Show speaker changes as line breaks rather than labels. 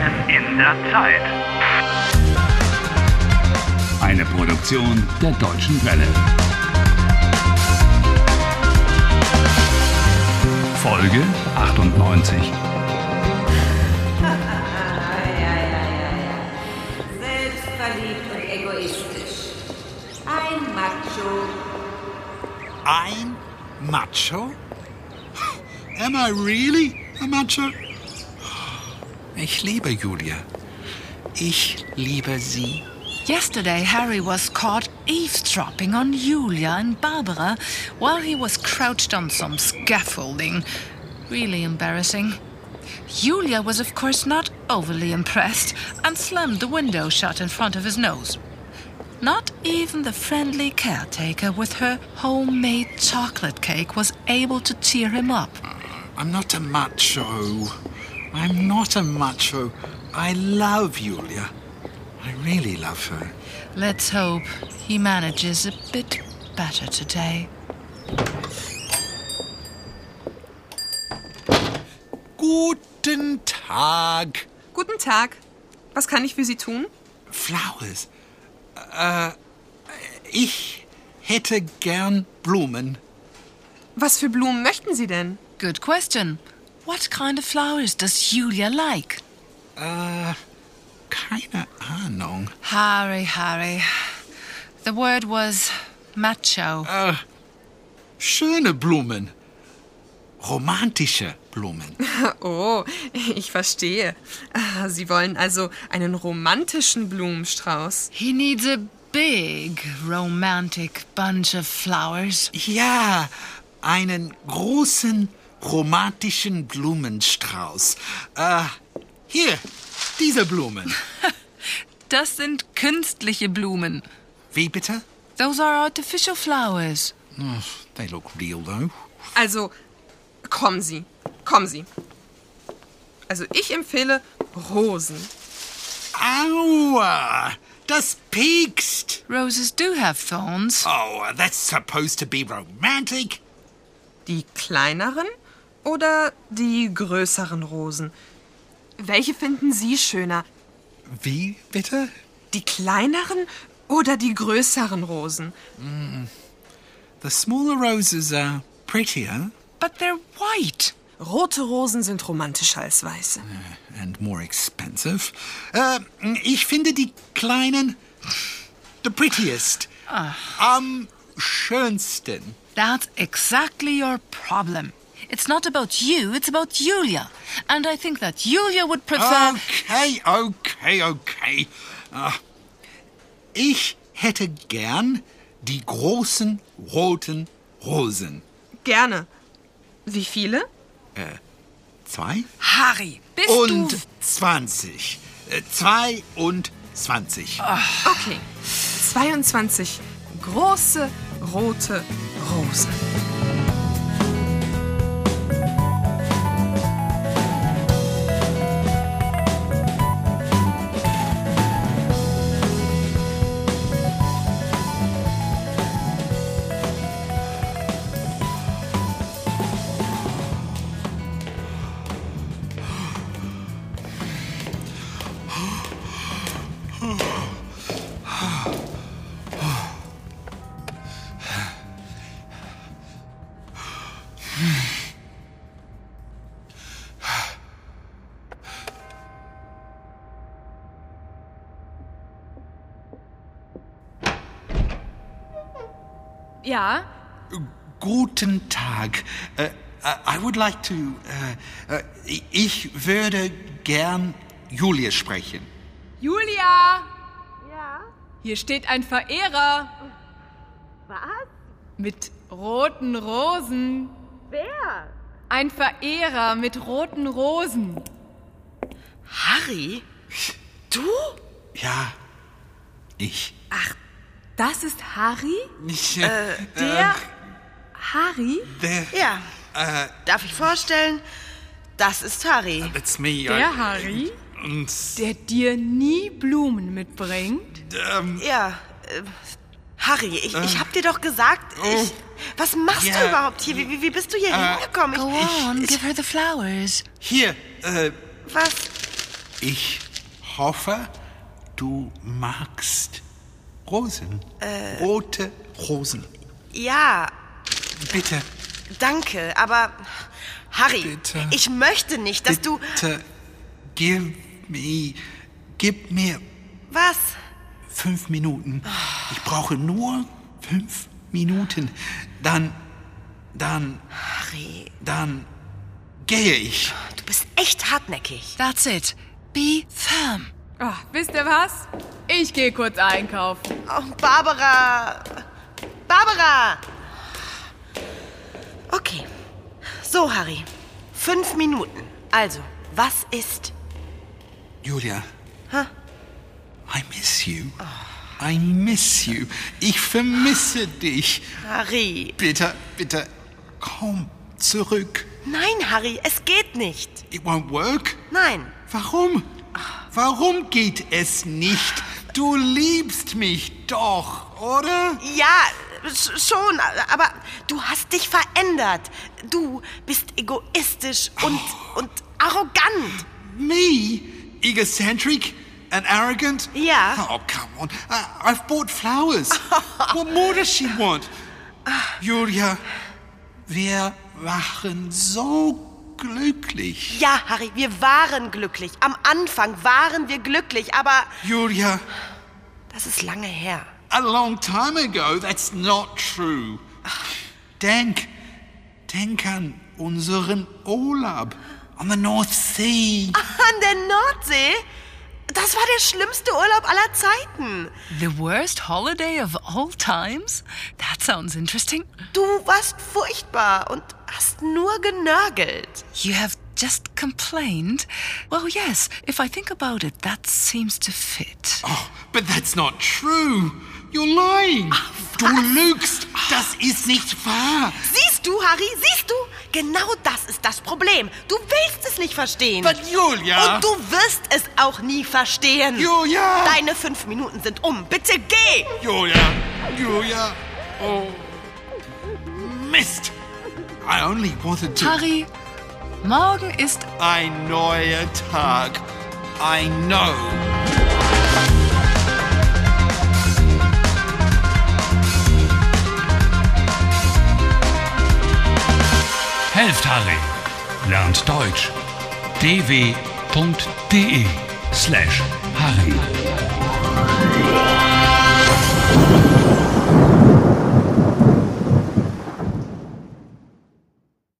der Zeit.
Eine Produktion der Deutschen Welle. Folge 98.
Selbstverliebt und egoistisch. Ein Macho.
Ein Macho? Am I really a Macho? Ich liebe Julia. Ich liebe sie.
Yesterday, Harry was caught eavesdropping on Julia and Barbara while he was crouched on some scaffolding. Really embarrassing. Julia was, of course, not overly impressed and slammed the window shut in front of his nose. Not even the friendly caretaker with her homemade chocolate cake was able to cheer him up.
I'm not a macho. I'm not a macho. I love Julia. I really love her.
Let's hope he manages a bit better today.
Guten Tag.
Guten Tag. Was kann ich für Sie tun?
Flowers. Äh, ich hätte gern Blumen.
Was für Blumen möchten Sie denn?
Good question. What kind of flowers does Julia like?
Keine Ahnung.
Harry, Harry. The word was macho.
Schöne Blumen. Romantische Blumen.
Oh, ich verstehe. Ah, Sie wollen also einen romantischen Blumenstrauß.
He needs a big, romantic bunch of flowers.
Ja, einen großen romantischen Blumenstrauß. Äh, hier, diese Blumen.
Das sind künstliche Blumen.
Wie bitte?
Those are artificial flowers.
Oh, they look real though.
Also, kommen Sie. Kommen Sie. Also, ich empfehle Rosen.
Aua! Das piekst!
Roses do have thorns.
Oh, that's supposed to be romantic.
Die kleineren oder die größeren Rosen? Welche finden Sie schöner?
Wie bitte?
Die kleineren oder die größeren Rosen?
The smaller roses are prettier
But they're white.
Rote Rosen sind romantischer als weiße.
and more expensive. Äh, ich finde die kleinen the prettiest. Am schönsten.
That's exactly your problem. It's not about you, it's about Julia. And I think that Julia would prefer.
Okay, okay, okay. Ah, Ich hätte gern die großen roten Rosen.
Gerne. Wie viele?
Zwei
Harry, bist
und
du.
zwanzig. Äh, Zwei und zwanzig.
Okay. 22 große rote Rosen.
Ja,
Guten Tag. Äh, äh, I would like to. äh, äh, ich würde gern Julia sprechen.
Julia! Ja? Hier steht ein Verehrer. Was? Mit roten Rosen. Wer? Ein Verehrer mit roten Rosen.
Harry?
Ja, ich.
Das ist Harry? Äh,
Ich,
Der? Harry?
äh, ähm, der, äh,
Ja. Darf ich vorstellen? Das ist Harry.
that's me. uh,
Der Harry?
Und,
Der dir nie Blumen mitbringt?
ähm, Äh.
Ja. äh, Harry, ich, ich hab dir doch gesagt, ich. Was machst
Oh. Ja.
du überhaupt hier? Wie, wie, wie bist du hier hingekommen?
Go
Ich,
on, give her the flowers.
hier, äh,
was?
ich hoffe, du magst Rosen.
Äh.
Rote Rosen.
Ja,
Bitte.
danke, aber Harry,
Bitte.
ich möchte nicht, dass du...
Bitte, give me, gib mir
Was?
fünf Minuten. Ich brauche nur fünf Minuten. Dann, dann,
Harry,
dann gehe ich.
du bist echt hartnäckig.
That's it. Be firm.
Ah, wisst ihr was? Ich gehe kurz einkaufen.
Oh, Barbara! Barbara! Okay. So, Harry. Fünf Minuten. Also, was ist.
Julia. I miss you. I miss you. Ich vermisse dich.
Harry?
Bitte, bitte, komm zurück.
Nein, Harry, es geht nicht.
It won't work.
Nein.
Warum? Warum geht es nicht? Du liebst mich doch, oder?
Ja, sch- schon, aber du hast dich verändert. Du bist egoistisch und, und arrogant.
Me? Egocentric and arrogant?
Yeah.
Oh, come on. I, I've bought flowers. what more does she want? Julia, wir waren so glücklich.
Ja, Harry, wir waren glücklich. Am Anfang waren wir glücklich, aber
Julia,
das ist lange her.
a long time ago, that's not true. Denk, denk an unseren Urlaub on the North Sea.
An der Nordsee? Das war der schlimmste Urlaub aller Zeiten.
The worst holiday of all times? That sounds interesting.
Du warst furchtbar und hast nur genörgelt.
You have just complained. Well, yes, if I think about it, that seems to fit.
Oh, but that's not true. You're lying. du lügst. Das ist nicht wahr.
Siehst du, Harry, siehst du? Genau das ist das Problem. Du willst es nicht verstehen.
But Julia.
Und du wirst es auch nie verstehen.
Julia.
Deine fünf Minuten sind um. Bitte geh.
Julia. Julia. Oh. Mist. I only wanted to.
Harry, morgen ist
Ein neuer Tag. I know.
Helft Harry. Lernt Deutsch. dw.de slash Harry.